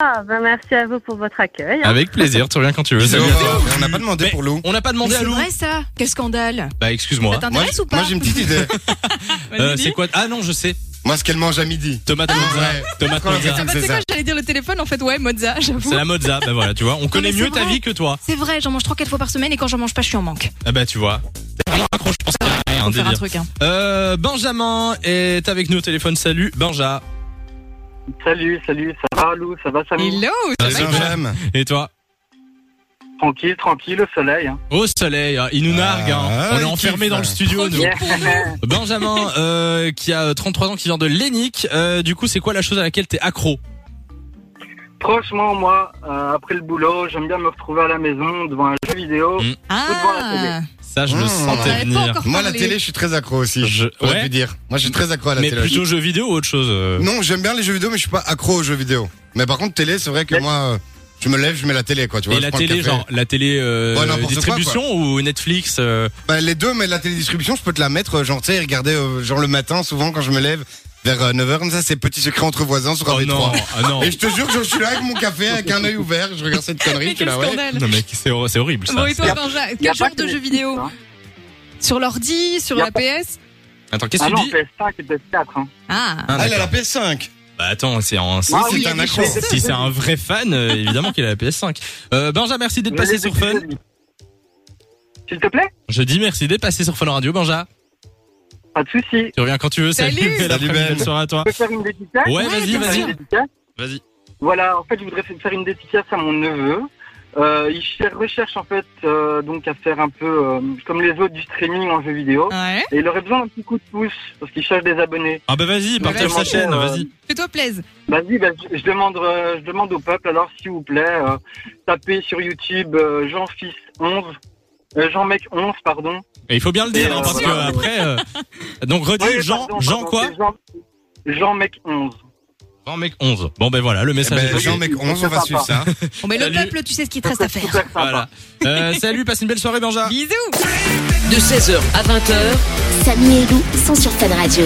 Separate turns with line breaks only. Ah, ben merci à vous pour votre accueil. hein.
Avec plaisir, tu reviens quand tu veux.
Bisous.
Salut.
Mais on n'a pas demandé
Mais-
pour Lou.
On n'a pas
Mais
demandé à
c'est
Lou.
vrai ça Quel scandale
Bah
Ça
excuse-moi.
Moi,
t'intéresse
j-
ou pas
moi, j'ai une petite idée.
Vas-y,
Euh,
dis.
c'est quoi Ah non, je sais.
moi ce qu'elle mange à midi.
Tomate mozza.
Ouais.
Tomate
Quand on
mozza.
fait
Ah bah,
c'est
tu sais quoi,
ça.
j'allais dire le téléphone en fait, ouais, Mozza, j'avoue.
C'est la mozza. Bah voilà, tu vois, on connaît
mais
mieux
c'est
ta
vrai.
vie que toi.
C'est vrai, j'en mange 3-4 fois par semaine et quand j'en mange pas, je suis en manque.
Ah bah tu vois. Accroche, je pense qu'il y a rien,
Faut faire un
délire.
truc, hein.
Euh, Benjamin est avec nous au téléphone. Salut, Benja.
Salut, salut, ça va Lou, ça va Samy
Hello
Ça
Salut,
va,
Benjamin.
Et toi
Tranquille, tranquille, le soleil. hein.
Au soleil, hein, il nous nargue. hein.
Ah,
On est
il
enfermés
kiffe.
dans le studio, nous.
Profite pour nous.
Benjamin, euh, qui a euh, 33 ans, qui vient de Lénic. Euh, du coup, c'est quoi la chose à laquelle t'es accro
Franchement, moi, euh, après le boulot, j'aime bien me retrouver à la maison devant un jeu vidéo.
Mm.
Ah
Ça, je le
Mmh.
On
sentais
n'avait pas
venir.
encore
Moi, la
parlé.
télé, je suis très accro aussi.
Je-
J'aurais
ouais.
pu dire. Moi, je suis très accro à la
Mais
télé.
plutôt jeux vidéo ou autre chose euh
Non, j'aime bien les jeux vidéo, mais je suis pas accro aux jeux vidéo. Mais par contre, télé, c'est vrai que
Mais-
moi, euh, je me lève, je mets la télé, quoi. Tu vois,
Et
je
la
prends le
télé,
café.
genre la télé euh,
Ouais, n'importe quoi,
distribution ou Netflix euh,
Bah, les deux, mais la télédistribution, je peux te la mettre, euh, genre, tu sais, regarder, euh, genre, le matin, souvent, quand je me lève, vers euh, 9h, ça, c'est Petit Secret entre voisins sur
Oh
av
non,
3
ah non.
Et je te jure, je je suis là avec mon café, avec un œil ouvert, je regarde cette connerie,
Mais
je suis
quel
là, ouais.
scandale
Non mais c'est hor- c'est horrible ça.
Bon, et
Y
toi,
a-
Benja,
Y a
quel genre
pas que
de
les
jeu
filles,
vidéo
hein.
Sur l'ordi, sur
Y a
la PS
Attends, qu'est-ce
Ah
que
non,
tu dis
PS5 et PS4. Hein.
Ah
Ah,
Ah, elle a
d'accord.
la PS5.
Bah attends, c'est en...
Ah
c'est
oui,
un
mais
accro.
je-
si c'est un vrai fan, euh, évidemment qu'il a la PS5. Euh, Benja, merci d'être
Mais
passé
les
sur
deux
Fun.
petits amis. S'il te plaît
Je dis merci d'être passé sur Fun Radio, Benja.
Pas de soucis.
Tu reviens quand tu veux.
Salut.
belle
Salut,
après-midi,
Ben.
belle soirée à toi.
Je peux faire une dédicace
Ouais,
Ouais,
vas-y,
bien
Je peux faire
vas-y,
sûr.
une dédicace
vas-y.
Voilà, en fait, je voudrais faire une dédicace à mon neveu. Euh, il cher- recherche en fait euh, donc à faire un peu euh, comme les autres du streaming en jeu vidéo.
Ouais
Et il aurait besoin d'un petit coup de pouce parce qu'il cherche des abonnés.
Ah bah vas-y, partage sa
vraiment,
chaîne,
euh,
vas-y.
Fais-toi plaisir
Vas-y, bah, je- je demande, euh, je demande au peuple. Alors, s'il vous plaît, euh, tapez sur YouTube euh, Jean Fils 11, euh, Jean Mec 11, pardon.
Et il faut bien le dire,
Et,
hein,
euh,
parce que
voilà.
après... euh, Donc redis,
Oui,
Jean,
pardon,
Jean
pardon,
quoi
c'est Jean, Jean Mec 11.
Jean mec 11. Bon ben voilà, le
Eh
message est
ben,
passé.
Jean, mec, 11, on va suivre ça.
Bon, mais le
Salut.
peuple, tu sais ce qu'il te reste à faire.
Super sympa.
Voilà. Euh, salut, passe une belle soirée, Benja.
Bisous
De 16h à 20h,
Samy et Lou sont sur Fan Radio.